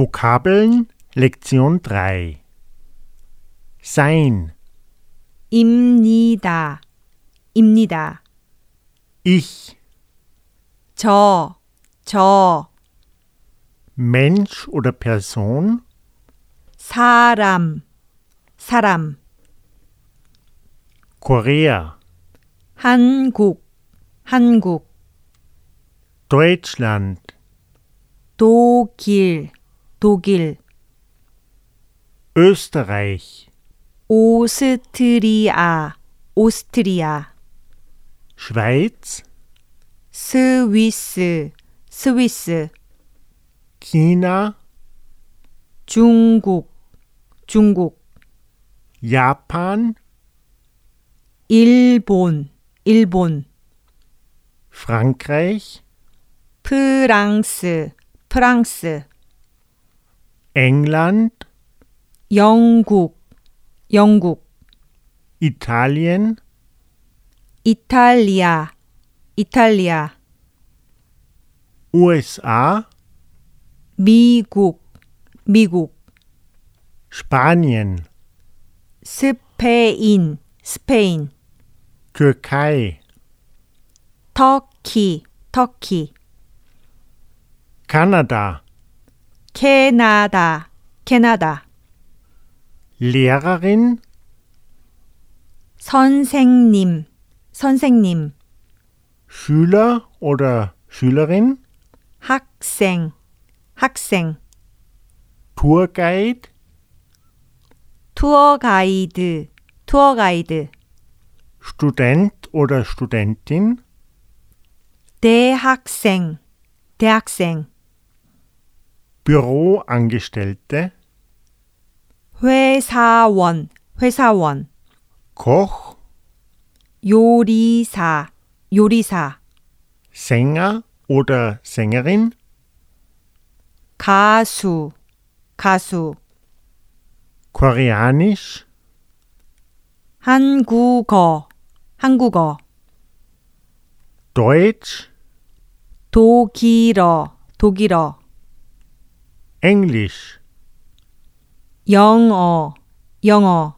Vokabeln Lektion 3 Sein, 입니다. 입니다. ich, 저, 저, Mensch oder Person, 사람, 사람, Korea, 한국, 한국, Deutschland, 독일, 독일, Österreich, 오스트리아, 오스트리아, Schweiz, 스위스, 스위스, China, 중국, 중국, Japan, 일본, 일본, Frankreich, 프랑스, 프랑스, England, 영국, 영국, Italien, 이탈리아, 이탈리아, USA, 미국, 미국, Spanien, 스페인, 스페인, Türkei, 터키, 터키, Kanada, 캐나다, 캐나다, Lehrerin, 선생님, 선생님, Schüler oder Schülerin, 학생, 학생, Tourguide, 투어 가이드, 투어 가이드, Student oder Studentin, 대학생, 대학생, Büroangestellte, 회사원, 회사원, Koch, 요리사, 요리사, Sänger oder Sängerin, 가수, 가수, Koreanisch, 한국어, 한국어, Deutsch, 독일어, 독일어, Englisch. 영어, 영어.